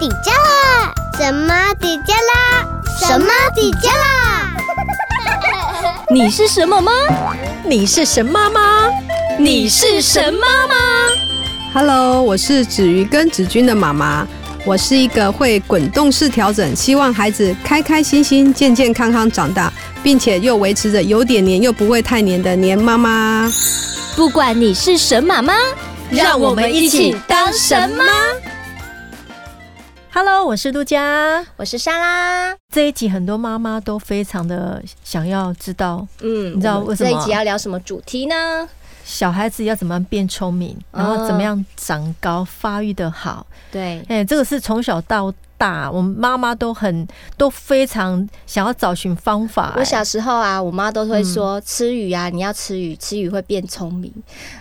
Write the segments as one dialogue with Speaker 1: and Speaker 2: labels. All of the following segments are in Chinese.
Speaker 1: 底加啦？什么底加啦？什么底加啦？
Speaker 2: 你是什么吗？你是神妈吗？你是神妈吗？
Speaker 3: Hello，我是子瑜跟子君的妈妈，我是一个会滚动式调整，希望孩子开开心心、健健康康长大，并且又维持着有点黏又不会太黏的黏妈妈。
Speaker 2: 不管你是神妈妈，让我们一起当神妈。
Speaker 4: Hello，我是陆佳。
Speaker 2: 我是莎拉，
Speaker 4: 这一集很多妈妈都非常的想要知道
Speaker 2: 嗯
Speaker 4: 你知道
Speaker 2: 我们
Speaker 4: 为什么
Speaker 2: 这一集要聊什么主题呢？
Speaker 4: 小孩子要怎么样变聪明，
Speaker 2: 嗯
Speaker 4: 然后怎么样长高、发育的好。
Speaker 2: 对，
Speaker 4: 哎、这个是从小到大，我们妈妈都很都非常想要找寻方法、
Speaker 2: 我
Speaker 4: 哎
Speaker 2: 小时候啊，我妈都会
Speaker 4: 嗯
Speaker 2: 说、吃鱼啊，你要吃鱼，吃鱼会变聪明，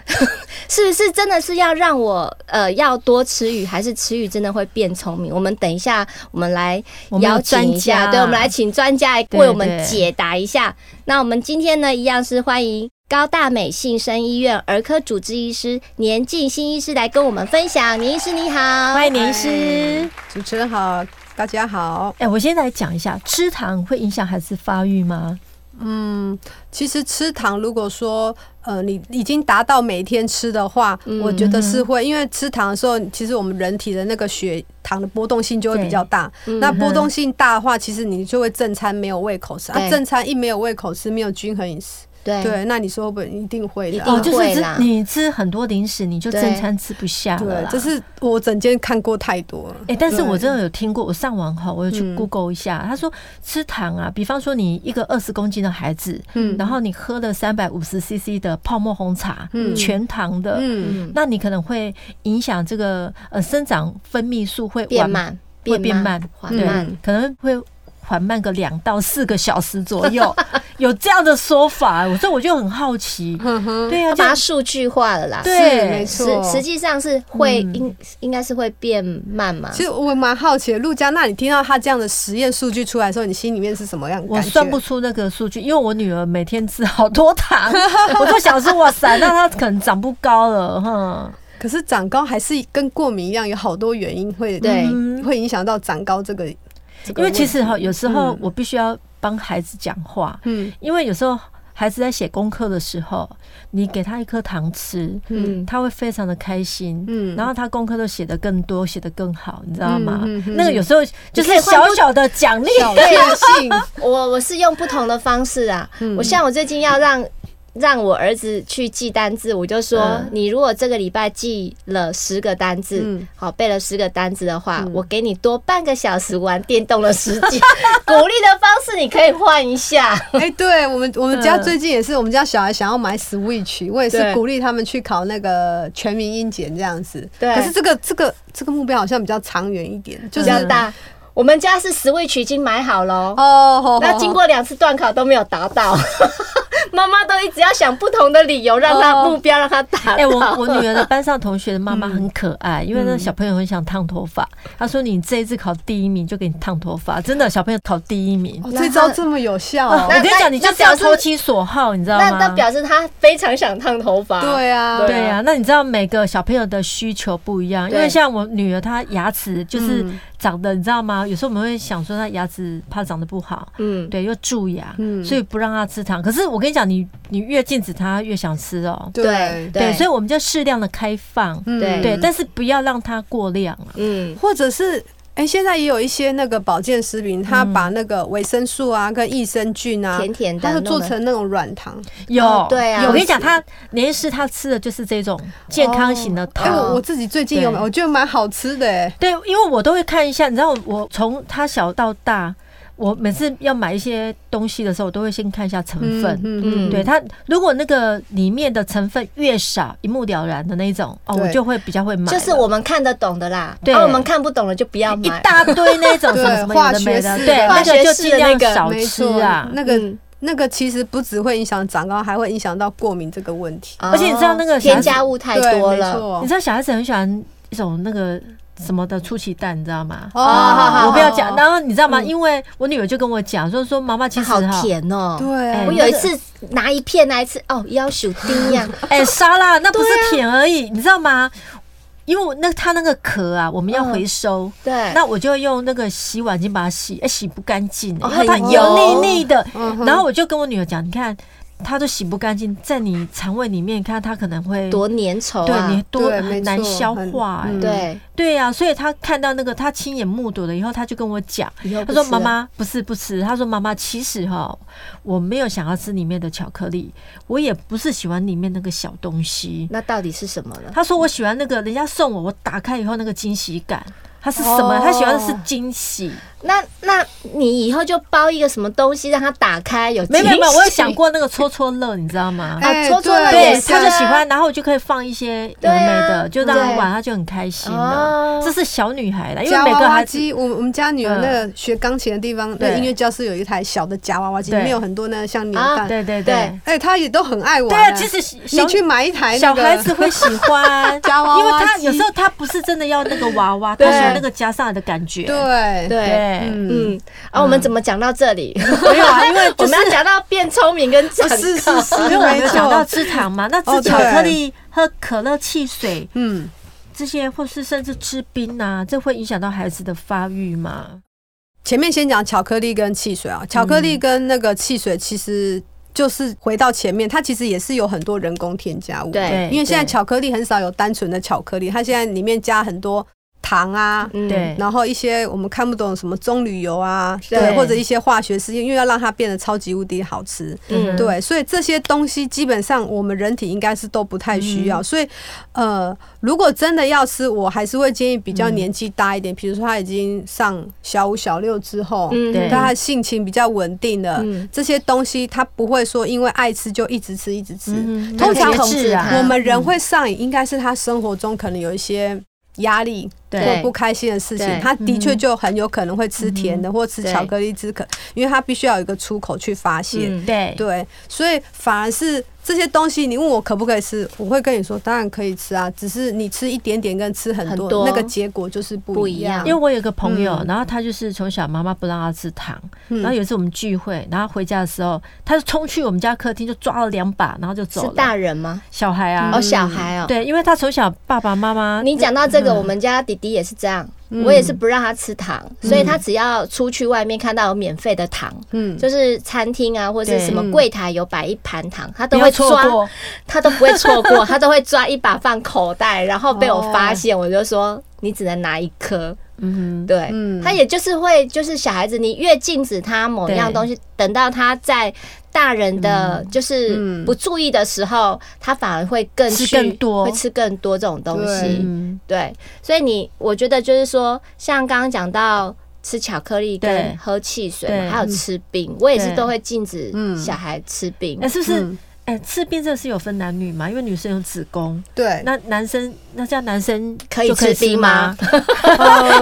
Speaker 2: 是不是真的是要让我呃要多吃鱼，还是吃鱼真的会变聪明？我们等一下，我们来
Speaker 4: 我们有
Speaker 2: 邀请一
Speaker 4: 专
Speaker 2: 下，
Speaker 4: 家
Speaker 2: 对，我们来请专家来
Speaker 4: 对
Speaker 2: 为我们
Speaker 4: 对
Speaker 2: 解答一下。那我们今天呢，一样是欢迎。高大美信生医院儿科主治医师年进新医师来跟我们分享，年医师你好，
Speaker 4: 欢迎林医师。
Speaker 3: 主持人好，大家好。
Speaker 4: 哎、我先来讲一下，吃糖会影响孩子发育吗？
Speaker 3: 嗯，其实吃糖，如果说呃你已经达到每天吃的话，我觉得是会，因为吃糖的时候，其实我们人体的那个血糖的波动性就会比较大。那波动性大的话，其实你就会正餐没有胃口吃，啊
Speaker 2: 对，
Speaker 3: 正餐一没有胃口吃，没有均衡饮食。
Speaker 2: 对
Speaker 3: 对，那你说会不会一定会的
Speaker 2: 哎一定
Speaker 3: 啊？
Speaker 2: 会
Speaker 4: 哦就是吃
Speaker 2: 啦
Speaker 4: 你吃很多零食，你就
Speaker 2: 对
Speaker 4: 正餐吃不下了
Speaker 3: 对
Speaker 4: 啦，。
Speaker 3: 这是我整间看过太多了。
Speaker 4: 哎、但是
Speaker 3: 对
Speaker 4: 我真的有听过，我上网哈，我有去
Speaker 3: 嗯
Speaker 4: Google 一下，他说吃糖啊，比方说你一个二十公斤的孩子，嗯，然后你喝了三百五十 CC 的泡沫红茶，嗯，全糖的，
Speaker 3: 嗯，
Speaker 4: 那你可能会影响这个呃生长分泌素会
Speaker 2: 嗯变
Speaker 4: 晚，
Speaker 2: 慢，
Speaker 4: 会变慢，
Speaker 2: 缓
Speaker 4: 对
Speaker 2: 慢。
Speaker 4: 可能会。缓慢个两到四个小时左右，有这样的说法，我所以我就很好奇，对啊呀、
Speaker 2: 要
Speaker 4: 就
Speaker 2: 把它数据化了啦。
Speaker 3: 是
Speaker 4: 对
Speaker 3: 没
Speaker 2: 实
Speaker 3: 错
Speaker 2: 实际上是会
Speaker 4: 嗯
Speaker 2: 应应该是会变慢嘛？
Speaker 3: 其实我蛮好奇的，陆佳，那你听到他这样的实验数据出来的时候，你心里面是什么样的
Speaker 4: 我
Speaker 3: 感觉？
Speaker 4: 算不出那个数据，因为我女儿每天吃好多 糖，我就想说，哇塞，那她可能长不高了，哼。
Speaker 3: 可是长高还是跟过敏一样，有好多原因会
Speaker 2: 对
Speaker 4: 嗯
Speaker 3: 会影响到长高这个。这个
Speaker 4: 因为其实
Speaker 3: 问题
Speaker 4: 哈，有时候
Speaker 3: 嗯
Speaker 4: 我必须要帮孩子讲话，
Speaker 3: 嗯
Speaker 4: 因为有时候孩子在写功课的时候，你给他一颗糖吃，
Speaker 3: 嗯
Speaker 4: 他会非常的开心，
Speaker 3: 嗯
Speaker 4: 然后他功课都写得更多，写得更好，你知道吗？
Speaker 3: 嗯嗯嗯
Speaker 4: 那个有时候就
Speaker 2: 你可以
Speaker 4: 是
Speaker 2: 换
Speaker 4: 小
Speaker 2: 不
Speaker 4: 小的奖励，
Speaker 3: 小确幸，
Speaker 2: 我我是用不同的方式啊，
Speaker 3: 嗯
Speaker 2: 我像我最近要让。让我儿子去记单字，我就说、
Speaker 4: 嗯
Speaker 2: 你如果这个礼拜记了十个单字，
Speaker 3: 嗯
Speaker 2: 好背了十个单字的话，我给你多半个小时玩电动的时间。 鼓励的方式你可以换一 下，
Speaker 3: 哎、对我们我们家
Speaker 4: 嗯
Speaker 3: 最近也是，我们家小孩想要买 Switch，我也
Speaker 2: 对
Speaker 3: 是鼓励他们去考那个全民英检这样子。
Speaker 2: 对
Speaker 3: 可是这个这个这个目标好像比较长远一点，就
Speaker 2: 比
Speaker 3: 是
Speaker 2: 较大。我们家是 Switch 已经买好了哦，
Speaker 3: 哦，好
Speaker 2: 那经过两次断考都没有达到， 妈妈都一直要想不同的理由让她
Speaker 3: 哦
Speaker 2: 目标让她达
Speaker 4: 哎、
Speaker 2: 到。
Speaker 4: 我我女儿的班上同学的妈
Speaker 2: 嗯
Speaker 4: 妈很可爱，因为那小朋友很想烫头发，她说你这一次考第一名就给你烫头发，真的小朋友考第一名。
Speaker 3: 哦这招这么有效、
Speaker 4: 哦我
Speaker 3: 哦，
Speaker 4: 跟你
Speaker 2: 那
Speaker 4: 讲，你就是
Speaker 2: 那表
Speaker 4: 要
Speaker 2: 示
Speaker 4: 投其所好，你知道
Speaker 2: 那
Speaker 4: 吗
Speaker 2: 那？表示她非常想烫头发。
Speaker 3: 对啊，
Speaker 2: 对
Speaker 4: 对呀、那你知道每个小朋友的需求不一样，因为
Speaker 2: 对
Speaker 4: 像我女儿她牙齿就是
Speaker 3: 嗯
Speaker 4: 长得，你知道吗？有时候我们会想说她牙齿怕长得不好，
Speaker 2: 嗯，
Speaker 4: 对，又蛀牙，
Speaker 3: 嗯
Speaker 4: 所以不让她吃糖。可是我跟你讲，你你越禁止她越想吃哦。
Speaker 2: 对
Speaker 4: 对，所以我们就适量的开放，
Speaker 3: 嗯
Speaker 2: 对
Speaker 4: 对，但是不要让它过量啊。
Speaker 2: 嗯，
Speaker 3: 或者是哎、现在也有一些那个保健食品，它把那个维生素啊跟益生菌啊，
Speaker 2: 嗯甜甜的
Speaker 3: 它
Speaker 2: 弄
Speaker 3: 会
Speaker 2: 得，
Speaker 3: 做成那种软糖。
Speaker 4: 有、
Speaker 2: 哦对啊
Speaker 4: 有我跟你讲，他连师他吃的就是这种健康型
Speaker 2: 哦
Speaker 4: 的
Speaker 3: 哎、
Speaker 4: 糖。
Speaker 3: 我我自己最近有买，
Speaker 4: 对
Speaker 3: 我觉得蛮好吃的哎、
Speaker 4: 对，因为我都会看一下，你知道我，我从他小到大，我每次要买一些东西的时候，我都会先看一下成分。
Speaker 2: 嗯
Speaker 4: 对它，如果那个里面的成分越少，一目了然的那一种，哦，
Speaker 3: 对
Speaker 4: 我就会比较会买了。
Speaker 2: 就是我们看得懂的啦，
Speaker 4: 对
Speaker 2: 啊我们看不懂的就不要
Speaker 4: 一
Speaker 2: 买。
Speaker 4: 大堆那种什么
Speaker 3: 对
Speaker 4: 什么有的没
Speaker 3: 化
Speaker 4: 的，
Speaker 3: 学式的
Speaker 4: 对，那
Speaker 2: 化学
Speaker 4: 个就
Speaker 2: 式
Speaker 4: 尽
Speaker 2: 的那
Speaker 4: 量
Speaker 2: 个
Speaker 4: 少
Speaker 3: 没
Speaker 4: 吃
Speaker 3: 错
Speaker 4: 啊。
Speaker 3: 那个、
Speaker 2: 嗯
Speaker 3: 那个其实不只会影响长高，还会影响到过敏这个问题。
Speaker 2: 而
Speaker 4: 而且你知道那个小
Speaker 2: 哦添
Speaker 4: 孩子
Speaker 2: 加物太
Speaker 3: 对
Speaker 2: 多
Speaker 3: 没
Speaker 2: 了，
Speaker 3: 错
Speaker 4: 你知道小孩子很喜欢一种那个什么的出奇蛋，你知道吗？
Speaker 3: 哦
Speaker 2: 好好
Speaker 4: 我不要讲。
Speaker 3: 那
Speaker 4: 然后你知道吗？因为我女儿就跟我讲，说说妈妈其
Speaker 2: 它
Speaker 4: 实
Speaker 2: 好
Speaker 4: 哈，
Speaker 2: 甜哦。
Speaker 3: 对啊
Speaker 4: 哎
Speaker 2: 我有一次拿一 片来吃，哦，要求丁呀，
Speaker 4: 哎，沙拉那不是甜而已，你知道吗？因为我那它那个壳啊，我们要回收，
Speaker 2: 对
Speaker 4: 那我就用那个洗碗巾把它洗，哎，洗不干净，
Speaker 2: 哦
Speaker 4: 因为它
Speaker 2: 很
Speaker 4: 油腻
Speaker 2: 油
Speaker 4: 腻的
Speaker 3: 嗯哼。
Speaker 4: 然后我就跟我女儿讲，你看它都洗不干净，在你肠胃里面，看它可能会
Speaker 2: 多粘稠
Speaker 4: 对你
Speaker 2: 啊，
Speaker 4: 多
Speaker 3: 对没
Speaker 4: 很难
Speaker 3: 错
Speaker 4: 消
Speaker 3: 很
Speaker 4: 化、哎
Speaker 3: 嗯
Speaker 2: 对，
Speaker 4: 对呀、所以他看到那个，他亲眼目睹了以后，他就跟我讲，
Speaker 2: 以后
Speaker 4: 他
Speaker 2: 不
Speaker 4: 说：“
Speaker 2: 吃啊
Speaker 4: 妈
Speaker 2: 了
Speaker 4: 妈不是不吃。”他说：“妈妈，其实哈，我没有想要吃里面的巧克力，我也不是喜欢里面那个小东西。
Speaker 2: 那到底是什么了？
Speaker 4: 他说我喜欢那个人家送我，我打开以后那个惊喜感。”他是什么？他喜欢的是惊喜。
Speaker 2: 那那你以后就包一个什么东西让它打开有
Speaker 4: 没有没有
Speaker 2: 惊
Speaker 4: 没有，我有
Speaker 2: 喜
Speaker 4: 想过那个戳戳乐，你知道吗？
Speaker 2: 啊
Speaker 3: 哎
Speaker 2: 搓搓的
Speaker 3: 对
Speaker 4: 对
Speaker 2: 也，是
Speaker 4: 他就喜
Speaker 2: 啊
Speaker 4: 欢，然后我就可以放一些有的
Speaker 2: 对啊
Speaker 4: 没的，就让他
Speaker 2: 对
Speaker 4: 玩，他就很开心了
Speaker 2: 哦。
Speaker 4: 这是小女孩啦，因为
Speaker 3: 夹
Speaker 4: 每
Speaker 3: 娃
Speaker 4: 个嗯
Speaker 3: 娃
Speaker 4: 孩子
Speaker 3: 机，我我们家女儿那个学钢琴的地方，那
Speaker 4: 对
Speaker 3: 音乐教室有一台小的夹娃娃机，里
Speaker 4: 对
Speaker 3: 面有很多那个像扭
Speaker 2: 啊
Speaker 3: 蛋，
Speaker 4: 对对
Speaker 2: 对
Speaker 4: 对
Speaker 3: 哎，她也都很爱玩。
Speaker 4: 对啊，其实小
Speaker 3: 你去买一台那
Speaker 4: 小
Speaker 3: 个
Speaker 4: 孩子会喜 欢
Speaker 3: 夹娃娃
Speaker 4: 因为他
Speaker 3: 机
Speaker 4: 有时候他不是真的要那个娃娃，他
Speaker 2: 对
Speaker 4: 喜欢那个夹上来的感觉。
Speaker 3: 对
Speaker 2: 对
Speaker 4: 对，
Speaker 3: 嗯，
Speaker 2: 嗯，啊，我们怎么讲到这里？
Speaker 4: 没有啊，因为
Speaker 2: 我
Speaker 4: 就是
Speaker 2: 们要讲到变聪明跟长
Speaker 3: 哦是是是，
Speaker 4: 因为我们
Speaker 3: 没
Speaker 4: 有讲
Speaker 3: 错，
Speaker 4: 到吃糖嘛，那
Speaker 3: 哦
Speaker 4: 吃巧克力、喝可乐、汽水
Speaker 3: 嗯，
Speaker 4: 这些，或是甚至吃冰啊，这会影响到孩子的发育嘛？
Speaker 3: 前面先讲巧克力跟汽水啊，
Speaker 2: 嗯
Speaker 3: 巧克力跟那个汽水其实就是回到前面，它其实也是有很多人工添加物，
Speaker 2: 对
Speaker 4: 对
Speaker 3: 因为现在
Speaker 4: 对
Speaker 3: 巧克力很少有单纯的巧克力，它现在里面加很多糖啊，
Speaker 2: 嗯
Speaker 4: 对
Speaker 3: 然后一些我们看不懂什么棕榈油啊，
Speaker 2: 对
Speaker 3: 对，或者一些化学试验，因为要让它变得超级无敌好吃，
Speaker 2: 嗯
Speaker 3: 对，所以这些东西基本上我们人体应该是都不太需
Speaker 2: 嗯
Speaker 3: 要，所以呃，如果真的要吃，我还是会建议比
Speaker 2: 嗯
Speaker 3: 较年纪大一点，比如说他已经上小五、小六之后，
Speaker 2: 嗯
Speaker 4: 对
Speaker 3: 他的性情比较稳定了，
Speaker 2: 嗯
Speaker 3: 这些东西他不会说因为爱吃就一直吃一直吃，
Speaker 4: 嗯
Speaker 3: 通常
Speaker 2: 控制啊
Speaker 3: 我们人会上瘾，应该是他生活中可能有一些压力或
Speaker 4: 对
Speaker 3: 不开心的事情
Speaker 2: 对，嗯
Speaker 3: 他的确就很有可能会吃甜的或吃
Speaker 2: 对
Speaker 3: 巧克力吃可，因为他必须要有一个出口去发泄。
Speaker 2: 嗯
Speaker 4: 对
Speaker 3: 对，所以反而是这些东西，你问我可不可以吃，我会跟你说，当然可以吃啊，只是你吃一点点跟吃很多，
Speaker 2: 很多
Speaker 3: 那个结果就是不一样。
Speaker 2: 不一
Speaker 4: 因
Speaker 2: 样
Speaker 4: 为我有一个朋友，
Speaker 3: 嗯
Speaker 4: 然后他就是从小妈妈不让他吃糖，
Speaker 3: 嗯
Speaker 4: 然后有一次我们聚会，然后回家的时候，他就冲去我们家客厅就抓了两把，然后就走
Speaker 2: 是
Speaker 4: 了。
Speaker 2: 大人吗？
Speaker 4: 小孩啊，
Speaker 2: 哦，小孩哦。
Speaker 4: 对，嗯因为他从小爸爸妈妈
Speaker 2: 你讲到这个，我们家弟弟也是这样，
Speaker 4: 嗯
Speaker 2: 我也是不让他吃糖，所以他只要出去外面看到有免费的糖，
Speaker 3: 嗯，
Speaker 2: 就是餐厅啊或者是什么
Speaker 3: 对
Speaker 2: 柜台有摆一盘糖，他
Speaker 4: 不
Speaker 2: 都
Speaker 4: 要
Speaker 2: 会
Speaker 4: 嗯错
Speaker 2: 抓，
Speaker 4: 过，
Speaker 2: 他都不会错 过，他都会抓一把放口袋，然后被我
Speaker 4: 哦
Speaker 2: 发现，我就说你只能拿一颗。
Speaker 4: 嗯，
Speaker 2: 对，
Speaker 3: 嗯
Speaker 2: 他也就是会，就是小孩子，你越禁止他某样东西，等到他在大人的就是
Speaker 3: 嗯
Speaker 2: 不注意的时候，他反而会更
Speaker 4: 吃
Speaker 2: 去
Speaker 4: 更多
Speaker 2: 会吃更多这种东
Speaker 3: 对
Speaker 2: 西。
Speaker 4: 嗯，
Speaker 2: 对，所以你我觉得就是说，像刚刚讲到。吃巧克力跟
Speaker 4: 对
Speaker 2: 喝汽水
Speaker 4: 对
Speaker 2: 嘛，还有吃冰，我也是
Speaker 4: 对
Speaker 2: 都会禁止
Speaker 3: 嗯
Speaker 2: 小孩吃冰
Speaker 4: 那。是不是
Speaker 3: 嗯？
Speaker 4: 哎，吃冰这是有分男女嘛？因为女生有子宫，
Speaker 3: 对，
Speaker 4: 那男生那这样男生
Speaker 2: 可以
Speaker 4: 就
Speaker 2: 吃冰吗
Speaker 4: 吃？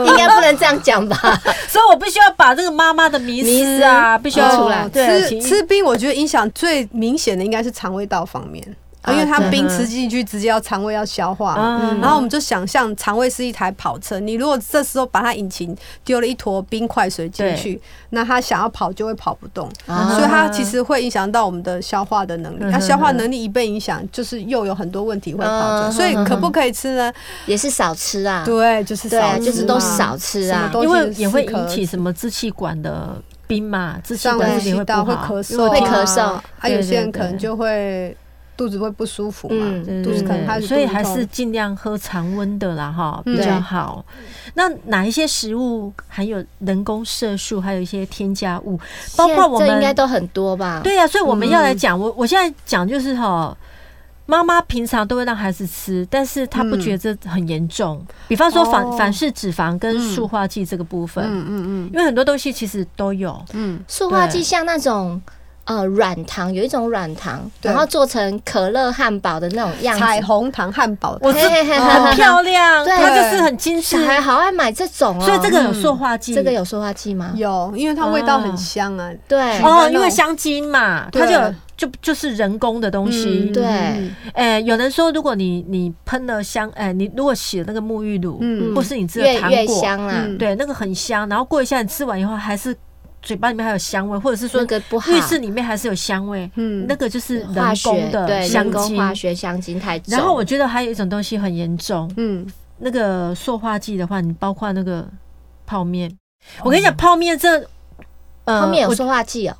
Speaker 2: 应该不能这样讲吧？
Speaker 4: 所以我必须要把这个妈妈的迷思啊，必须要
Speaker 2: 哦出来
Speaker 4: 对，
Speaker 3: 吃
Speaker 4: 请嗯
Speaker 3: 吃冰，我觉得影响最明显的应该是肠胃道方面，
Speaker 2: 啊
Speaker 3: 因为它
Speaker 4: 对
Speaker 3: 冰吃进去，直接要肠胃要消化嘛。
Speaker 4: 啊，
Speaker 3: 然后我们就想象肠胃是一台跑车，你如果这时候把它引擎丢了一坨冰块水进去，那它想要跑就会跑不动，
Speaker 2: 啊
Speaker 3: 所以它其实会影响到我们的消化的能力。
Speaker 4: 嗯
Speaker 3: 那消化能力一被影响，就是又有很多问题会跑出来。
Speaker 2: 嗯
Speaker 3: 所以可不可以吃呢？
Speaker 2: 也是少吃啊。
Speaker 3: 对，就是
Speaker 2: 对啊，
Speaker 3: 少，
Speaker 2: 就是都少。吃
Speaker 3: 什
Speaker 2: 啊
Speaker 3: 么。都
Speaker 4: 因为
Speaker 3: 东西
Speaker 4: 也会
Speaker 3: 是可
Speaker 4: 引起什么支气管的冰嘛，支气
Speaker 3: 上
Speaker 4: 管
Speaker 3: 呼
Speaker 4: 这边
Speaker 3: 吸
Speaker 4: 会不
Speaker 3: 道会
Speaker 4: 好
Speaker 3: 咳。嗽
Speaker 2: 啊会
Speaker 3: 啊，
Speaker 2: 咳嗽
Speaker 3: 啊，有些人
Speaker 4: 对对对
Speaker 3: 可能就会肚子会不舒服嘛，
Speaker 2: 嗯
Speaker 4: 对
Speaker 3: 肚
Speaker 4: 对
Speaker 3: 子可
Speaker 4: 对
Speaker 3: 能还啊是
Speaker 4: 所以
Speaker 3: 肚子
Speaker 4: 还
Speaker 3: 痛
Speaker 4: 是尽量喝常温的啦，哈，
Speaker 3: 嗯
Speaker 4: 比较
Speaker 2: 对
Speaker 4: 好。那哪一些食物含有人工色素，还有一些添加物，包括我
Speaker 2: 现在这应
Speaker 4: 们
Speaker 2: 该都很多吧？
Speaker 4: 对呀、啊所以我们要
Speaker 3: 嗯
Speaker 4: 来讲，我我现在讲就是哈，妈妈平常都会让孩子吃，但是她不觉得这很严重。比方说反、
Speaker 3: 嗯哦
Speaker 4: 反式脂肪跟塑化剂这个部分，
Speaker 3: 嗯嗯
Speaker 4: 因为很多东西其实都有，
Speaker 3: 嗯
Speaker 2: 塑化剂
Speaker 4: 对
Speaker 2: 像那种呃软糖，有一种软糖，
Speaker 3: 对
Speaker 2: 然后做成可乐汉堡的那种样
Speaker 3: 嗯，
Speaker 2: 子，
Speaker 3: 彩虹糖汉堡，
Speaker 4: 我是
Speaker 2: 嘿嘿嘿
Speaker 4: 很漂亮，
Speaker 2: 对
Speaker 4: 它就是很精致
Speaker 2: 小，孩好爱买这种哦。
Speaker 4: 所以这个
Speaker 3: 嗯
Speaker 4: 有塑化剂。
Speaker 2: 这个有塑化剂吗？
Speaker 3: 有，因为它味道很香啊，
Speaker 2: 对
Speaker 3: 哦
Speaker 4: 哦，因为香精嘛，
Speaker 3: 对
Speaker 4: 它就有就就是人工的东西
Speaker 3: 嗯。
Speaker 2: 对
Speaker 4: 哎、有人说，如果你你喷了香，哎、你如果洗了那个沐浴乳，
Speaker 3: 嗯
Speaker 4: 或是你吃了
Speaker 2: 越
Speaker 4: 糖
Speaker 2: 越
Speaker 4: 果，
Speaker 2: 香啊啦，
Speaker 3: 嗯
Speaker 4: 对，那个很香。然后过一下，你吃完以后还是嘴巴里面还有香味，或者是说
Speaker 2: 那个不好，
Speaker 4: 浴室里面还是有香味，
Speaker 3: 嗯
Speaker 4: 那个就是
Speaker 2: 化
Speaker 4: 人
Speaker 2: 学
Speaker 4: 工的
Speaker 2: 对人
Speaker 4: 香
Speaker 2: 工
Speaker 4: 精。
Speaker 2: 化学香精太重。
Speaker 4: 然后我觉得还有一种东西很严重，
Speaker 3: 嗯
Speaker 4: 那个塑化剂的话，你包括那个泡面，我跟你讲，泡面这呃
Speaker 2: 哦后面有
Speaker 4: 我
Speaker 2: 塑化剂哦，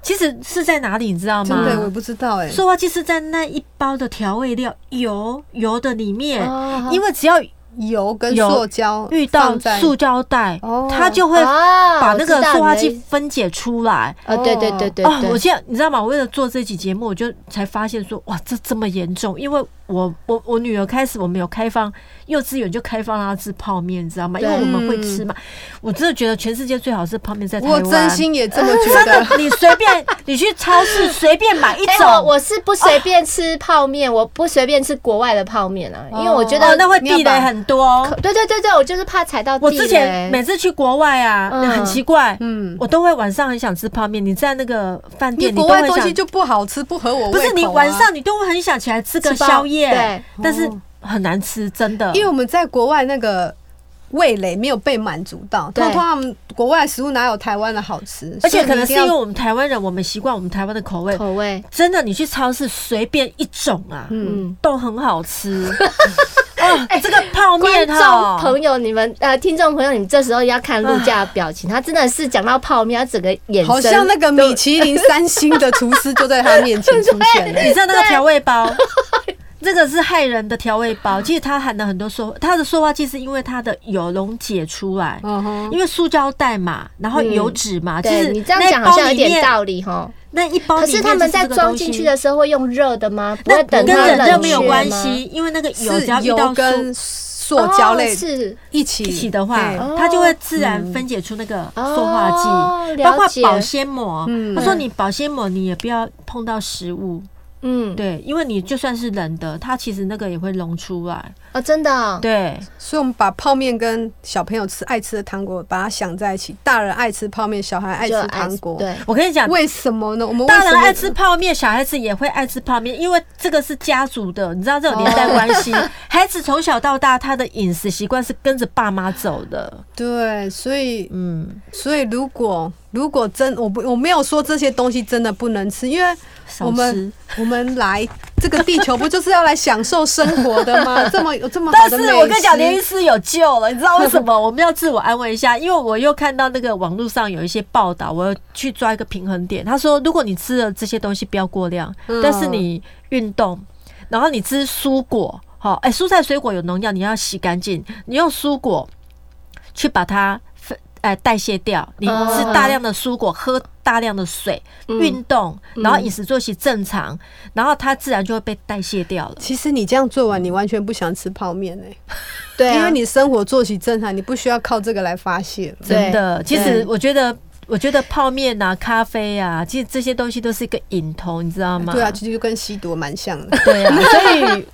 Speaker 4: 其实是在哪里，你知道
Speaker 3: 真
Speaker 4: 吗？
Speaker 3: 的我不知道哎、
Speaker 4: 塑化剂是在那一包的调味料油油的里面，
Speaker 2: 哦
Speaker 4: 因为只要
Speaker 3: 油跟
Speaker 4: 有
Speaker 3: 塑胶
Speaker 4: 遇到
Speaker 3: 放在
Speaker 4: 塑胶袋
Speaker 3: 哦，
Speaker 4: 它就会
Speaker 2: 哦
Speaker 4: 把那
Speaker 2: 我
Speaker 4: 个
Speaker 2: 知道
Speaker 4: 塑化
Speaker 2: 你的
Speaker 4: 剂
Speaker 2: 意思
Speaker 4: 分解出来。
Speaker 2: 呃，对对对对
Speaker 4: 哦，我
Speaker 2: 对，
Speaker 4: 现在你知道吗？我为了做这期节目，我就才发现说，哇，这这么严重！因为我我我女儿开始我们有开放幼稚园就开放让她吃泡面，你知道吗？因为
Speaker 2: 对
Speaker 4: 我们会吃嘛。我真的觉得全世界最好吃泡面在台
Speaker 3: 我
Speaker 4: 湾。
Speaker 3: 真心也这么觉 得。
Speaker 4: 你随便你去超市随便买 一
Speaker 2: 哎、
Speaker 4: 种，
Speaker 2: 我我是不随便吃泡面，我不随便吃国外的泡面啊，因为我觉
Speaker 4: 哦
Speaker 2: 得
Speaker 4: 那会避雷很多哦。
Speaker 2: 对对对对，我就是怕踩到地雷。
Speaker 4: 我之前每次去国外啊，
Speaker 2: 嗯
Speaker 4: 很奇怪，
Speaker 3: 嗯
Speaker 4: 我都会晚上很想吃泡面。你在那个饭
Speaker 3: 你
Speaker 4: 店，
Speaker 3: 国
Speaker 4: 都
Speaker 3: 外
Speaker 4: 会
Speaker 3: 东
Speaker 4: 想
Speaker 3: 西就不好吃，不合我胃口、啊。
Speaker 4: 不是你晚上，你都会很想起来吃个
Speaker 2: 吃饱
Speaker 4: 宵夜，
Speaker 2: 对，
Speaker 4: 但是很难吃，真的。
Speaker 3: 哦因为我们在国外那个味蕾没有被满足到，
Speaker 2: 对
Speaker 3: 通通常国外食物哪有台湾的好吃？
Speaker 4: 而且可能是
Speaker 3: 所以你一定
Speaker 4: 因为
Speaker 3: 要
Speaker 4: 我们台湾人，我们习惯我们台湾的口味。
Speaker 2: 口味，
Speaker 4: 真的，你去超市随便一种啊，
Speaker 2: 嗯，
Speaker 4: 都很 好吃。啊，
Speaker 3: 哎
Speaker 4: 这个泡
Speaker 2: 观
Speaker 4: 面
Speaker 2: 众
Speaker 4: 哈，
Speaker 2: 朋友，你们呃，听众朋友，你们这时候要看陆家的表情，他真的是讲到泡面，他整个眼神
Speaker 3: 好像那个米其林三星的厨师就在他面前出 现了。
Speaker 4: 你知道那个调味 包，这个是害人的调味包。其实它含了很多塑，它的塑化剂是因为它的油溶解出来，
Speaker 3: 嗯哼，
Speaker 4: 因为塑胶袋嘛，然后
Speaker 2: 嗯
Speaker 4: 油脂嘛，就
Speaker 2: 对
Speaker 4: 是
Speaker 2: 你这样讲好像有点
Speaker 4: 大。
Speaker 2: 道理哈。
Speaker 4: 那一包
Speaker 2: 可
Speaker 4: 里
Speaker 2: 是
Speaker 4: 面
Speaker 2: 他们
Speaker 4: 就是
Speaker 2: 在
Speaker 4: 这个
Speaker 2: 装
Speaker 4: 东西
Speaker 2: 进去的时候会用热的吗？不
Speaker 4: 那
Speaker 2: 会等
Speaker 4: 跟
Speaker 2: 它
Speaker 4: 冷
Speaker 2: 冷
Speaker 4: 热
Speaker 2: 却
Speaker 4: 没有关
Speaker 2: 吗
Speaker 4: 系，因为那个油只
Speaker 3: 是
Speaker 4: 要遇
Speaker 3: 油
Speaker 4: 到
Speaker 3: 跟
Speaker 4: 塑
Speaker 3: 塑胶类
Speaker 2: 哦是
Speaker 3: 一起
Speaker 4: 一起的话
Speaker 3: 对，
Speaker 4: 它就会自然分解出那个塑化
Speaker 2: 嗯哦
Speaker 4: 剂，
Speaker 2: 了
Speaker 4: 包括
Speaker 2: 解
Speaker 4: 保鲜膜
Speaker 3: 嗯。
Speaker 4: 他说你保鲜膜你也不要碰到食物，
Speaker 2: 嗯
Speaker 4: 对，因为你就算是冷的，它其实那个也会溶出来。
Speaker 2: 啊，真的哦
Speaker 4: 对，
Speaker 3: 所以我们把泡面跟小朋友吃爱吃的糖果把它想在一起，大人爱吃泡面，小孩爱
Speaker 2: 就
Speaker 3: 吃糖果，
Speaker 2: 对，
Speaker 4: 我跟你讲，
Speaker 3: 为什么呢？我们为
Speaker 4: 大
Speaker 3: 什
Speaker 4: 人
Speaker 3: 么
Speaker 4: 爱吃泡面，小孩子也会爱吃泡面，因为这个是家族的，你知道这种连带关系。
Speaker 3: 哦
Speaker 4: 孩子从小到大，他的饮食习惯是跟着爸妈走的。
Speaker 3: 对，所以
Speaker 4: 嗯，
Speaker 3: 所以如果如果真我不我没有说这些东西真的不能吃，因为我
Speaker 4: 少吃
Speaker 3: 们。我们来这个地球不就是要来享受生活的 吗？这么有这么好
Speaker 4: 但
Speaker 3: 的
Speaker 4: 是
Speaker 3: 美
Speaker 4: 我跟你讲，连医
Speaker 3: 食
Speaker 4: 师有救了，你知道为什么？ 我们要自我安慰一下，因为我又看到那个网络上有一些报道，我要去抓一个平衡点。他说，如果你吃了这些东西不要过量，
Speaker 3: 嗯
Speaker 4: 但是你运动，然后你吃蔬果，好，哎，蔬菜水果有农药，你要洗干净，你用蔬果去把它分。哎，代谢掉，你吃大量的蔬果，喝大量的水，运动，
Speaker 3: 嗯
Speaker 4: 然后饮食作息正常，然后它自然就会被代谢掉了。
Speaker 3: 其实你这样做完，你完全不想吃泡面哎、
Speaker 2: 对啊，
Speaker 3: 因为你生活作息正常，你不需要靠这个来发泄了。
Speaker 4: 真的，
Speaker 2: 对
Speaker 4: 其
Speaker 2: 对
Speaker 4: 实我觉得，我觉得泡面啊、咖啡啊，其实这些东西都是一个引头，你知道吗？
Speaker 3: 对啊，，其实就跟吸毒蛮像 的。
Speaker 4: 对啊，所以，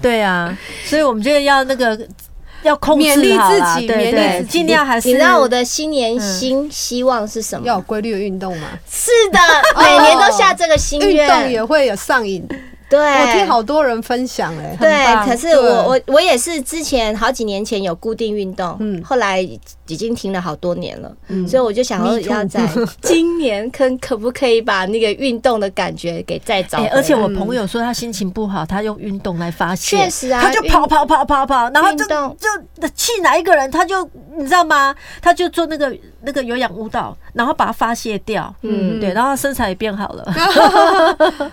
Speaker 4: 对啊，所以我们觉得要那个要控制
Speaker 3: 勉励
Speaker 4: 好啦
Speaker 3: 自己
Speaker 4: 对
Speaker 3: 勉励
Speaker 4: 对，
Speaker 3: 自己
Speaker 4: 尽量还是嗯
Speaker 2: 你知道我的新年新希望是什
Speaker 3: 要
Speaker 2: 么
Speaker 3: 有？规律的运动嘛，
Speaker 2: 是 的，
Speaker 4: 哦
Speaker 2: 每年都下这个心
Speaker 3: 运动
Speaker 2: 愿。
Speaker 3: 也会有上瘾。
Speaker 2: 对，
Speaker 4: 哎
Speaker 3: 我听好多人分享哎、
Speaker 2: 对
Speaker 4: 很，棒
Speaker 2: 可是我我我也是之前好几年前有固定运动，
Speaker 3: 嗯
Speaker 2: 后来已经停了好多年了，所以我就想要
Speaker 4: 嗯 Me too
Speaker 2: 要 在今年可可不可以把那个运动的感觉给再找
Speaker 4: 哎
Speaker 2: 回来、
Speaker 4: 而且我朋友说他心情不好，他用运动来发
Speaker 2: 嗯
Speaker 4: 泄，
Speaker 2: 确实啊
Speaker 4: 他就跑跑跑跑跑，然后就
Speaker 2: 运动
Speaker 4: 就气哪一个人，他就你知道吗？他就做那个那个有氧舞蹈，然后把它发泄掉，嗯，对，然后他身材也变好了。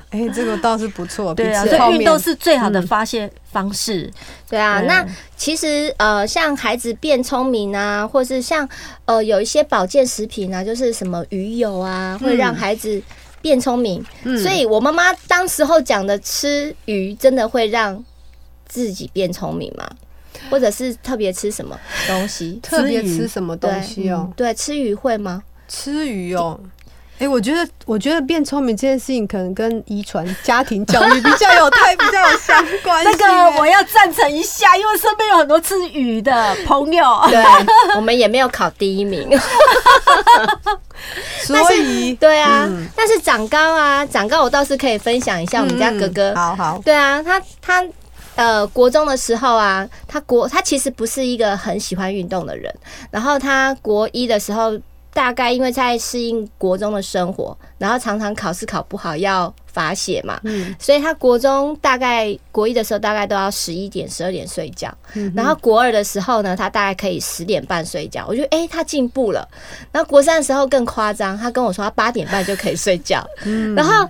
Speaker 3: 哎、这个倒是不错，
Speaker 4: 对啊，
Speaker 3: 比吃
Speaker 4: 所
Speaker 3: 泡
Speaker 4: 以
Speaker 3: 面
Speaker 4: 运动是最好的发泄方式。
Speaker 2: 对啊，
Speaker 4: 对
Speaker 2: 那其实呃，像孩子变聪明啊，或是像呃有一些保健食品啊，就是什么鱼油啊，
Speaker 3: 嗯
Speaker 2: 会让孩子变聪明。所以我妈妈当时候讲的吃鱼，真的会让自己变聪明吗？或者是特别吃什么东西？
Speaker 3: 特别
Speaker 4: 吃鱼
Speaker 3: 吃什么东西哦、
Speaker 2: 对，吃鱼会吗？
Speaker 3: 吃鱼哦、哎、我觉得，我觉得变聪明这件事情，可能跟遗传、家庭教育比较有太比较有相 关
Speaker 4: 那
Speaker 3: 性欸。
Speaker 4: 个我要赞成一下，因为身边有很多吃鱼的朋友。
Speaker 2: 对，我们也没有考第一名。
Speaker 3: 所以
Speaker 2: 对啊，
Speaker 3: 嗯
Speaker 2: 但是长高啊，长高我倒是可以分享一下我们家哥哥。
Speaker 3: 嗯好好，
Speaker 2: 对啊，他他呃，国中的时候啊，他国他其实不是一个很喜欢运动的人，然后他国一的时候。大概因为在适应国中的生活，然后常常考试考不好要罚写嘛，所以他国中大概国一的时候大概都要十一点、十二点睡觉，然后国二的时候呢，他大概可以十点半睡觉。我觉得哎、诶他进步了。然后国三的时候更夸张，他跟我说他八点半就可以睡觉，然后。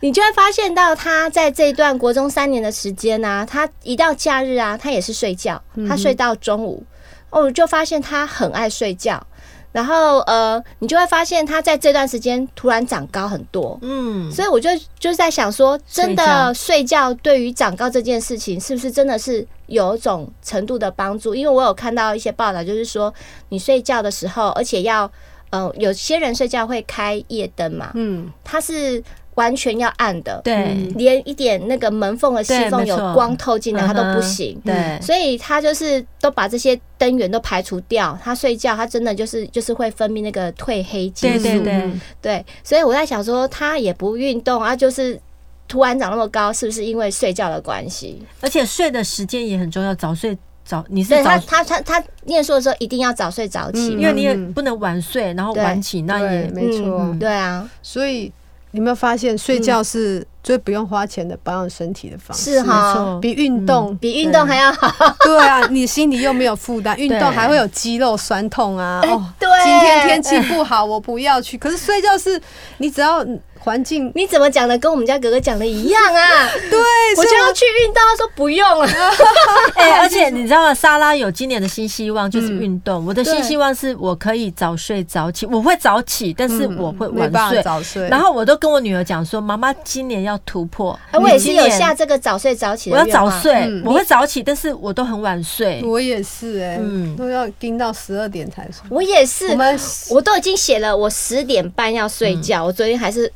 Speaker 2: 你就会发现到他在这一段国中三年的时间啊，他一到假日啊，他也是睡觉，他睡到中午，哦，我就发现他很爱睡觉。然后呃，你就会发现他在这段时间突然长高很多，
Speaker 4: 嗯，
Speaker 2: 所以我就就是在想说，真的睡觉对于长高这件事情，是不是真的是有一种程度的帮助？因为我有看到一些报道，就是说你睡觉的时候，而且要呃，有些人睡觉会开夜灯嘛，
Speaker 3: 嗯，
Speaker 2: 它是完全要暗的，
Speaker 4: 对
Speaker 2: 连一点那个门缝和细
Speaker 4: 对
Speaker 2: 缝
Speaker 4: 没
Speaker 2: 有
Speaker 4: 错
Speaker 2: 光透进来，它都不行。
Speaker 4: 嗯哼对
Speaker 2: 所以他就是都把这些灯源都排除掉。他睡觉，他真的就是就是会分泌那个褪黑激
Speaker 4: 对
Speaker 2: 素，
Speaker 4: 对对
Speaker 3: 嗯，
Speaker 2: 对所以我在想说，他也不运动啊，就是突然长那么高，是不是因为睡觉的关系？
Speaker 4: 而且睡的时间也很重要，早睡早你
Speaker 2: 所以
Speaker 4: 是
Speaker 2: 他
Speaker 4: 早。
Speaker 2: 他他他念书的时候一定要早睡早起
Speaker 3: 嗯
Speaker 2: 嘛，
Speaker 4: 因为你也
Speaker 3: 嗯
Speaker 4: 不能晚睡，然后
Speaker 2: 对
Speaker 4: 晚起，那
Speaker 3: 对
Speaker 4: 也
Speaker 3: 没错。
Speaker 2: 嗯对啊，
Speaker 3: 所以你有没有发现，睡觉是最不用花钱的保养身体的方式，
Speaker 2: 是
Speaker 4: 没
Speaker 2: 哈
Speaker 4: 错，
Speaker 3: 比运动。
Speaker 2: 比运动还要好。
Speaker 3: 对啊，你心里又没有 负担，运动还会有肌肉酸痛啊。哦，
Speaker 2: 对
Speaker 3: 今天天气不好，我不要去。可是睡觉是，你只要环境
Speaker 2: 你怎么讲的跟我们家哥哥讲的一样 啊？
Speaker 3: 对，
Speaker 2: 我
Speaker 3: 所以
Speaker 2: 就要去运动，他说不用了。
Speaker 4: 哎、而且你知道吗？莎拉有今年的新希望就是运动。我的新希望是我可以早睡早起，我会早起，但是我会
Speaker 3: 嗯没
Speaker 4: 晚
Speaker 3: 办
Speaker 4: 睡
Speaker 3: 法。早睡。
Speaker 4: 然后我都跟我女儿讲说，妈妈今年要突破。
Speaker 2: 哎，我也是有
Speaker 4: 你今
Speaker 2: 下
Speaker 4: 年，
Speaker 2: 这个早睡早起
Speaker 4: 我
Speaker 2: 的
Speaker 4: 要
Speaker 2: 愿望啊
Speaker 4: 早睡，
Speaker 3: 嗯
Speaker 4: 我会早起，但是我都很晚睡。
Speaker 3: 我也是哎、
Speaker 4: 嗯
Speaker 3: 都要盯到十二点才睡。
Speaker 2: 我也是，
Speaker 3: 我们
Speaker 2: 我都已经写了，我十点半要睡觉，
Speaker 4: 嗯
Speaker 2: 我昨天还是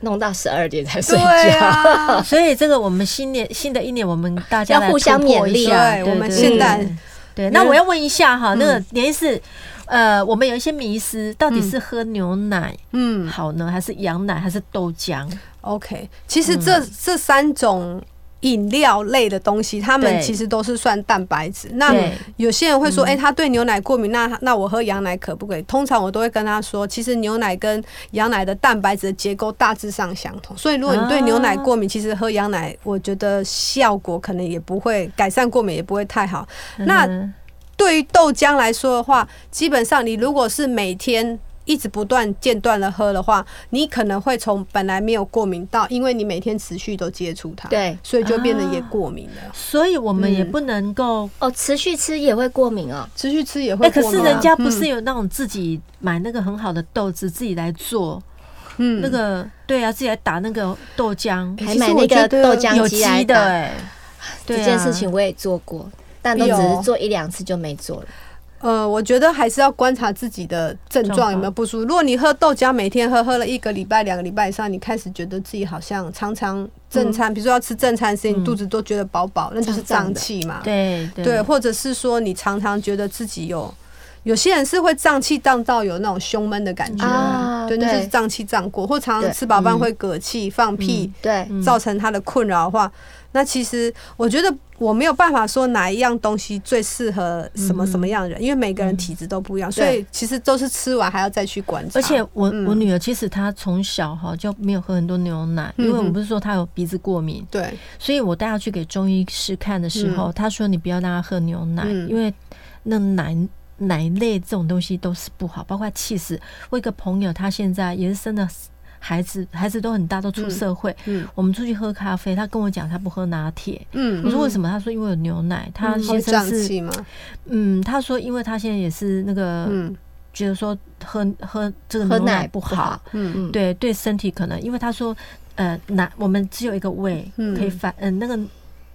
Speaker 2: 弄到十二点才睡
Speaker 3: 对
Speaker 2: 觉。
Speaker 3: 啊，
Speaker 4: 所以这个我们新年新的一年，我们大家
Speaker 2: 要
Speaker 4: 来
Speaker 2: 互相
Speaker 4: 突破
Speaker 2: 勉
Speaker 4: 一
Speaker 2: 励啊
Speaker 4: 下
Speaker 3: 对我们现在
Speaker 4: 对对，
Speaker 2: 嗯
Speaker 4: 那我要问一下哈，那个连是。呃，我们有一些迷思，到底
Speaker 2: 嗯
Speaker 4: 是喝牛奶
Speaker 3: 嗯
Speaker 4: 好呢，还是羊奶，还是豆浆？
Speaker 3: ，OK，其实这、这三种。饮料类的东西，它们
Speaker 4: 对
Speaker 3: 其实都是算蛋白质。那
Speaker 4: 对
Speaker 3: 有些人会说，哎、他对牛奶过敏，那那我喝羊奶可不可以？通常我都会跟他说，其实牛奶跟羊奶的蛋白质的结构大致上相同，所以如果你对牛奶过敏，其实喝羊奶，我觉得效果可能也不会改善过敏，也不会太好。那
Speaker 4: 嗯
Speaker 3: 对于豆浆来说的话，基本上你如果是每天一直不断间断的喝的话，你可能会从本来没有过敏到，因为你每天持续都接触它，
Speaker 2: 对，
Speaker 3: 所以就变得也过敏了。
Speaker 4: 所以我们也
Speaker 3: 嗯
Speaker 4: 不能够。
Speaker 2: 哦，持续吃也会过敏哦。
Speaker 3: 持续吃也
Speaker 4: 哎、
Speaker 3: 会
Speaker 4: 可
Speaker 3: 过敏啊、
Speaker 4: 是人家不
Speaker 3: 嗯
Speaker 4: 是有那种自己买那个很好的豆子，自己来做、
Speaker 3: 嗯
Speaker 4: 那个，对啊，自己来打那个豆浆，
Speaker 2: 还
Speaker 3: 其实
Speaker 2: 买
Speaker 3: 我
Speaker 2: 那个
Speaker 3: 觉得
Speaker 2: 豆浆
Speaker 4: 有
Speaker 2: 机
Speaker 4: 机
Speaker 2: 来
Speaker 4: 的
Speaker 2: 打，
Speaker 4: 哎、对啊
Speaker 2: 这件事情我也做过，但都只是做一两次就没做了。
Speaker 3: 呃，我觉得还是要观察自己的症
Speaker 4: 状
Speaker 3: 状
Speaker 4: 况
Speaker 3: 有没有不舒服。如果你喝豆浆，每天喝喝了一个礼拜、两个礼拜以上，你开始觉得自己好像常常正餐，
Speaker 4: 嗯
Speaker 3: 比如说要吃正餐时间，你肚子都觉得饱饱，那就是
Speaker 2: 胀胀
Speaker 3: 胀
Speaker 2: 的
Speaker 3: 气嘛。
Speaker 4: 对对
Speaker 3: 对，或者是说你常常觉得自己有，有些人是会胀气胀到有那种胸闷的感觉，
Speaker 2: 啊
Speaker 3: 对，那就
Speaker 2: 对
Speaker 3: 是胀气胀过，或常
Speaker 2: 对
Speaker 3: 常吃饱饭会嗝气、放屁，
Speaker 2: 对，
Speaker 4: 嗯
Speaker 3: 造成他的困扰的话，那其实我觉得我没有办法说哪一样东西最适合什么什么样的人，因为每个人体质都不一样，所以其实都是吃完还要再去观察。
Speaker 4: 嗯而且我、
Speaker 3: 嗯
Speaker 4: 我女儿其实她从小哈就没有喝很多牛奶，因为我
Speaker 3: 嗯
Speaker 4: 们
Speaker 3: 哼
Speaker 4: 不是说她有鼻子过敏，
Speaker 3: 对，
Speaker 4: 所以我带她去给中医师看的时候，她说你不要让她喝牛奶，
Speaker 3: 嗯
Speaker 4: 因为那奶奶类这种东西都是不好，包括气死。我一个朋友，她现在也是生了孩子，孩子都很大，都出社会。
Speaker 3: 嗯
Speaker 4: 我们出去喝咖啡，她跟我讲她不喝拿铁。我
Speaker 3: 嗯，
Speaker 4: 说为什么？她说因为有牛奶。她
Speaker 3: 会
Speaker 4: 先生
Speaker 3: 胀
Speaker 4: 是
Speaker 3: 气吗？
Speaker 4: 嗯，她说因为她现在也是那个
Speaker 3: 嗯
Speaker 4: 觉得说喝喝这个
Speaker 2: 喝
Speaker 4: 牛
Speaker 2: 奶
Speaker 4: 不
Speaker 2: 不好
Speaker 4: 好，
Speaker 3: 嗯
Speaker 2: 嗯，
Speaker 4: 对对身体可能，因为他说，呃，奶我们只有一个胃
Speaker 3: 嗯
Speaker 4: 可以反，嗯、那个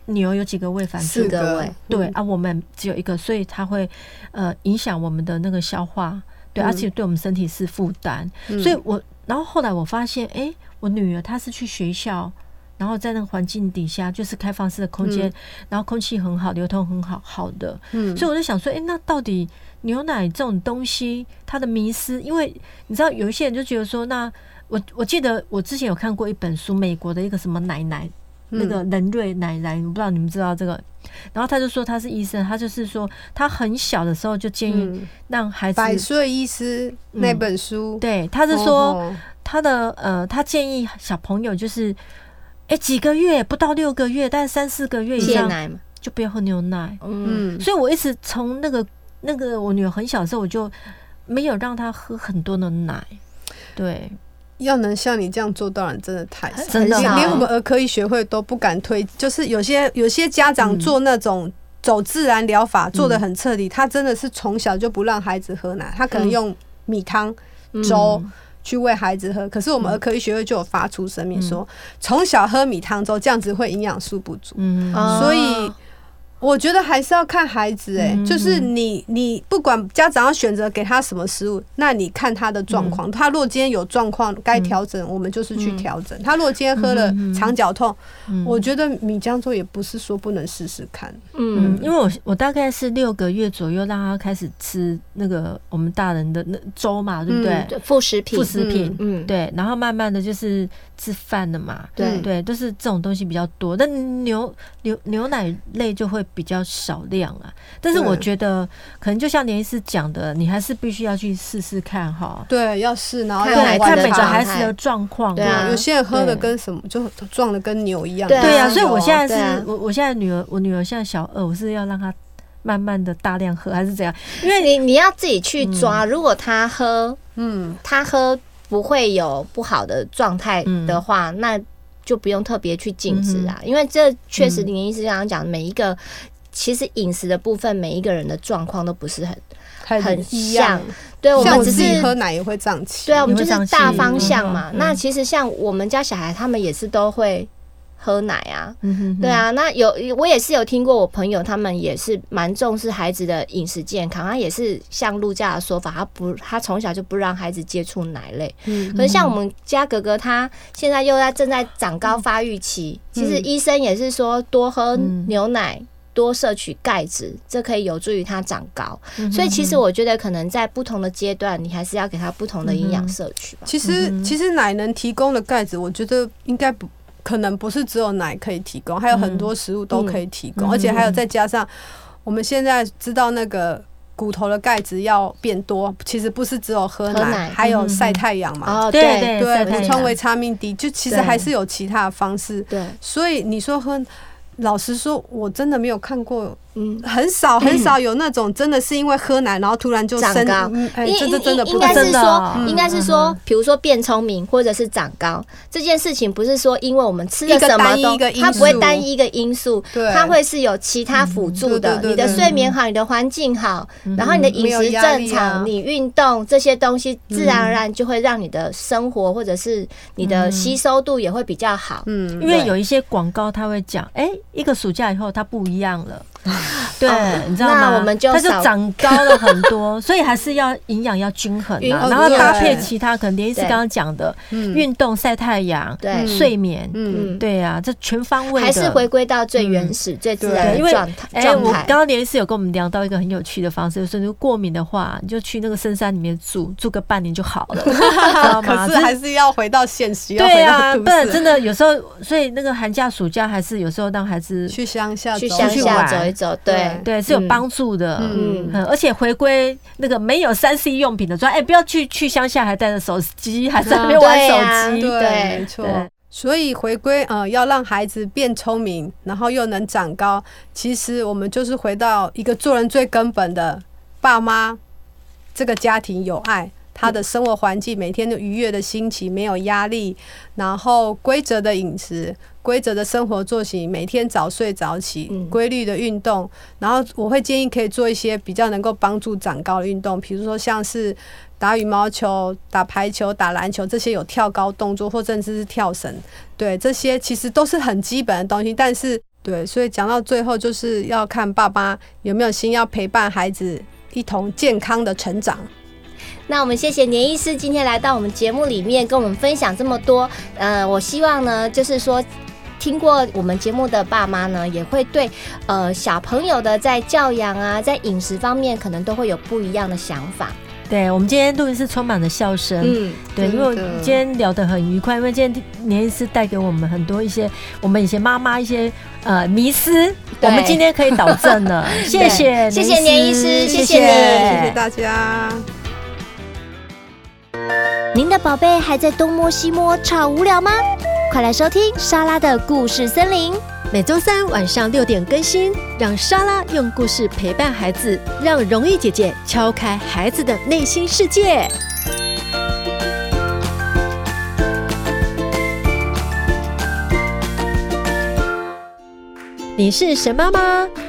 Speaker 4: 牛有几个胃反
Speaker 2: 四
Speaker 4: 刍，
Speaker 2: 个胃，
Speaker 4: 对啊，我们只有一个，所以它会呃影响我们的那个消化，对，而且对我们身体是负担，所以我然后后来我发现，哎、我女儿她是去学校。然后在那个环境底下，就是开放式的空间，然后空气很好，流通很好，好的。
Speaker 3: 嗯
Speaker 4: 所以我就想说，哎、那到底牛奶这种东西，它的迷失，因为你知道有一些人就觉得说，那我我记得我之前有看过一本书，美国的一个什么奶奶那个人瑞奶奶，我不知道你们知道这个。然后他就说他是医生，他就是说他很小的时候就建议
Speaker 3: 嗯，
Speaker 4: 让孩
Speaker 3: 《
Speaker 4: 子，
Speaker 3: 百岁医师》那本书，
Speaker 4: 嗯对，他是说
Speaker 3: 哦，
Speaker 4: 他的呃，他建议小朋友就是，哎、几个月不到六个月，但三四个月以
Speaker 2: 戒
Speaker 4: 上
Speaker 2: 奶嘛，
Speaker 4: 就不要喝牛奶。
Speaker 2: 嗯，
Speaker 3: 嗯，
Speaker 4: 所以我一直从那个那个我女儿很小的时候，我就没有让她喝很多的奶。对，
Speaker 3: 要能像你这样做，当然真的太少。
Speaker 4: 真的
Speaker 2: 很
Speaker 4: 啊
Speaker 2: 少
Speaker 3: 连连我们儿科医学会都不敢推，就是有些有些家长做那
Speaker 2: 嗯
Speaker 3: 种走自然疗法做的很彻底，他真的是从小就不让孩子喝奶，他可能
Speaker 2: 嗯
Speaker 3: 用米汤、粥去喂孩子喝。可是
Speaker 2: 嗯
Speaker 3: 我们儿科医学会就有发出声明说，从小喝米汤粥这样子会营养素不足。
Speaker 4: 嗯，
Speaker 2: 哦
Speaker 3: 所以我觉得还是要看孩子、欸，哎、
Speaker 4: 嗯
Speaker 3: 就是你你不管家长要选择给他什么食物，那你看他的状况。他如果今天有状况该调整，我们就是去调整。他如果今天喝了肠绞痛，
Speaker 4: 嗯
Speaker 3: 我觉得米浆粥也不是说不能试试看。
Speaker 2: 嗯
Speaker 4: 嗯，因为我我大概是六个月左右让她开始吃那个我们大人的那粥嘛，对不
Speaker 3: 嗯
Speaker 4: 对？
Speaker 2: 对副食品
Speaker 4: 副，食品，
Speaker 2: 嗯，
Speaker 4: 对，然后慢慢的就是吃饭了嘛。
Speaker 2: 对
Speaker 4: 对，都是这种东西比较多，但牛牛牛奶类就会比较少量啊。但是我
Speaker 3: 对
Speaker 4: 觉得，可能就像连医师讲的，你还是必须要去试试看哈。
Speaker 3: 对，要试，然后
Speaker 2: 看
Speaker 3: 要
Speaker 4: 对，
Speaker 2: 孩子
Speaker 4: 看
Speaker 2: 的
Speaker 4: 每个
Speaker 2: 状
Speaker 4: 孩
Speaker 2: 态
Speaker 4: 子的状况
Speaker 2: 对啊
Speaker 4: 嘛。
Speaker 3: 有些人喝的
Speaker 4: 对
Speaker 3: 跟什么就撞的跟牛一样。
Speaker 2: 对啊
Speaker 4: 对啊，
Speaker 2: 有
Speaker 4: 所以我现在
Speaker 2: 对啊
Speaker 4: 是我我现在女儿，我女儿现在小二，我是要让她慢慢的大量喝，还是怎样？
Speaker 2: 因为你你要自己去抓，
Speaker 4: 嗯
Speaker 2: 如果他喝
Speaker 3: 嗯，
Speaker 2: 他喝不会有不好的状态的话，那就不用特别去禁止啊，
Speaker 4: 嗯
Speaker 2: 因为这确实林医师刚刚讲，每一个其实饮食的部分，每一个人的状况都不是很很
Speaker 3: 很一样
Speaker 2: 像。，对我
Speaker 3: 像
Speaker 2: 们
Speaker 3: 我
Speaker 2: 只
Speaker 3: 自
Speaker 2: 是
Speaker 3: 己喝奶也会胀气。
Speaker 2: 对啊，我
Speaker 4: 你
Speaker 2: 们就
Speaker 4: 会
Speaker 2: 是
Speaker 4: 上
Speaker 2: 大
Speaker 4: 气
Speaker 2: 方向嘛。
Speaker 4: 嗯
Speaker 2: 那其实像我们家小孩，他们也是都会喝奶啊。
Speaker 4: 嗯哼哼
Speaker 2: 对，啊，那有我也是有听过，我朋友他们也是蛮重视孩子的饮食健康，他也是像陆家的说法，他不他从小就不让孩子接触奶类。
Speaker 3: 嗯
Speaker 2: 可是像我们家哥哥，他现在又在正在长高发育期，其实医生也是说多喝
Speaker 4: 嗯
Speaker 2: 牛奶。多摄取钙质，这可以有助于他长高。
Speaker 4: 嗯哼
Speaker 2: 所以其实我觉得，可能在不同的阶段，你还是要给他不同的
Speaker 4: 嗯
Speaker 2: 营养摄取吧。
Speaker 3: 其实，其实奶能提供的钙质，我觉得应该不可能不是只有奶可以提供，还有很多食物都可以提供，
Speaker 4: 嗯
Speaker 3: 而且还有再加上我们现在知道那个。骨头的钙质要变多，其实不是只有喝奶，
Speaker 2: 喝奶
Speaker 3: 还有晒太阳嘛。
Speaker 2: 哦，
Speaker 4: 对
Speaker 2: 对
Speaker 4: 晒
Speaker 3: 对，
Speaker 4: 太
Speaker 3: 补
Speaker 4: 阳
Speaker 3: 充维他命 D，就其实
Speaker 2: 对
Speaker 3: 还是有其他的方式。
Speaker 2: 对，
Speaker 3: 所以你说喝，老实说，我真的没有看过，
Speaker 2: 嗯，
Speaker 3: 很少很少有那种真的是因为喝奶然后突然就
Speaker 2: 长
Speaker 3: 生
Speaker 2: 高，
Speaker 3: 嗯哎，
Speaker 2: 应
Speaker 3: 这这真的啊
Speaker 2: 应应
Speaker 3: 不
Speaker 2: 该
Speaker 4: 真
Speaker 2: 是
Speaker 4: 的
Speaker 2: 说，
Speaker 4: 嗯
Speaker 2: 应该是说，比如说变聪明或者是长高这件事情，不是说因为我们吃了
Speaker 3: 一个
Speaker 2: 什么
Speaker 3: 单一
Speaker 2: 东
Speaker 3: 一个因
Speaker 2: 它不会
Speaker 3: 素
Speaker 2: 单一一个因素，
Speaker 3: 对
Speaker 2: 它会是有其他辅助的
Speaker 3: 嗯。对对
Speaker 2: 你的
Speaker 3: 对
Speaker 2: 睡眠好，你的环境好，然后你的饮
Speaker 3: 没有
Speaker 2: 食
Speaker 3: 压
Speaker 2: 正
Speaker 3: 力啊
Speaker 2: 常，你运动这些东西，自然而然就会让你的生活或者是你的吸收度也会比较好。
Speaker 3: 嗯
Speaker 4: 因为
Speaker 2: 对
Speaker 4: 有一些广告他会讲，哎、一个暑假以后它不一样 了，对，你知道吗？
Speaker 2: 哦那我们就
Speaker 4: 它就
Speaker 2: 少
Speaker 4: 长高了很多， 所以还是要营养要均衡
Speaker 2: 均
Speaker 4: 啊，
Speaker 2: 衡
Speaker 4: 然后搭
Speaker 3: 对
Speaker 4: 配其他，可能连医师
Speaker 2: 对
Speaker 4: 刚刚讲的
Speaker 3: 嗯
Speaker 4: 运动、晒太阳、
Speaker 2: 对
Speaker 4: 睡眠，
Speaker 3: 嗯
Speaker 2: 嗯，
Speaker 4: 对啊，这全方位的。
Speaker 2: 还是回归到最原始、最自然
Speaker 4: 对，因为
Speaker 2: 的状态。
Speaker 4: 哎、
Speaker 2: 状
Speaker 4: 我
Speaker 2: 态
Speaker 4: 刚刚连医师有跟我们聊到一个很有趣的方式，就是如果过敏的话，你就去那个深山里面住，住个半年就好 了，知道吗？
Speaker 3: 可是
Speaker 4: 这
Speaker 3: 还是要回到现实，要
Speaker 4: 啊对
Speaker 3: 回
Speaker 4: 啊，
Speaker 3: 到都
Speaker 4: 不然
Speaker 3: 市，
Speaker 4: 真的有时候，所以那个寒假、暑假还是有时候让孩子
Speaker 3: 去乡下走
Speaker 2: 去乡
Speaker 4: 去
Speaker 2: 下
Speaker 4: 玩
Speaker 2: 走一走，对
Speaker 3: 对
Speaker 4: 对是有
Speaker 2: 嗯
Speaker 4: 帮助的。
Speaker 3: 嗯
Speaker 4: 嗯，而且回归那个没有三 C 用品的状态，哎、不要去去乡下还带着手机，还在那边玩手
Speaker 2: 对
Speaker 4: 机。
Speaker 2: 啊
Speaker 3: 嗯对，没错
Speaker 4: 对。
Speaker 3: 所以回归呃，要让孩子变聪明，然后又能长高。其实我们就是回到一个做人最根本的，爸妈这个家庭有爱，他的生活环境每天都愉悦的心情，没有压力，然后规则的饮食。规则的生活作息，每天早睡早起，规律的运动，然后我会建议可以做一些比较能够帮助长高的运动，比如说像是打羽毛球、打排球、打篮球这些有跳高动作，或甚至是跳绳，对，这些其实都是很基本的东西，但是对，所以讲到最后就是要看爸爸有没有心要陪伴孩子一同健康的成长。
Speaker 2: 那我们谢谢年医师今天来到我们节目里面跟我们分享这么多。呃，我希望呢，就是说。听过我们节目的爸妈呢，也会对呃小朋友的在教养啊，在饮食方面，可能都会有不一样的想法。
Speaker 4: 对，我们今天录音室充满了笑声。
Speaker 2: 嗯，
Speaker 4: 对，因为我今天聊得很愉快，因为今天年医师带给我们很多一些我们以前妈妈一些呃迷思，
Speaker 2: 对
Speaker 4: 我们今天可以导正了。谢谢，
Speaker 2: 谢谢年医师谢谢你
Speaker 3: 谢谢大家。
Speaker 1: 您的宝贝还在东摸西摸，超无聊吗？快来收听莎拉的故事森林。
Speaker 5: 每周三晚上六点更新，让莎拉用故事陪伴孩子，让容易姐姐敲开孩子的内心世界。你是神妈吗？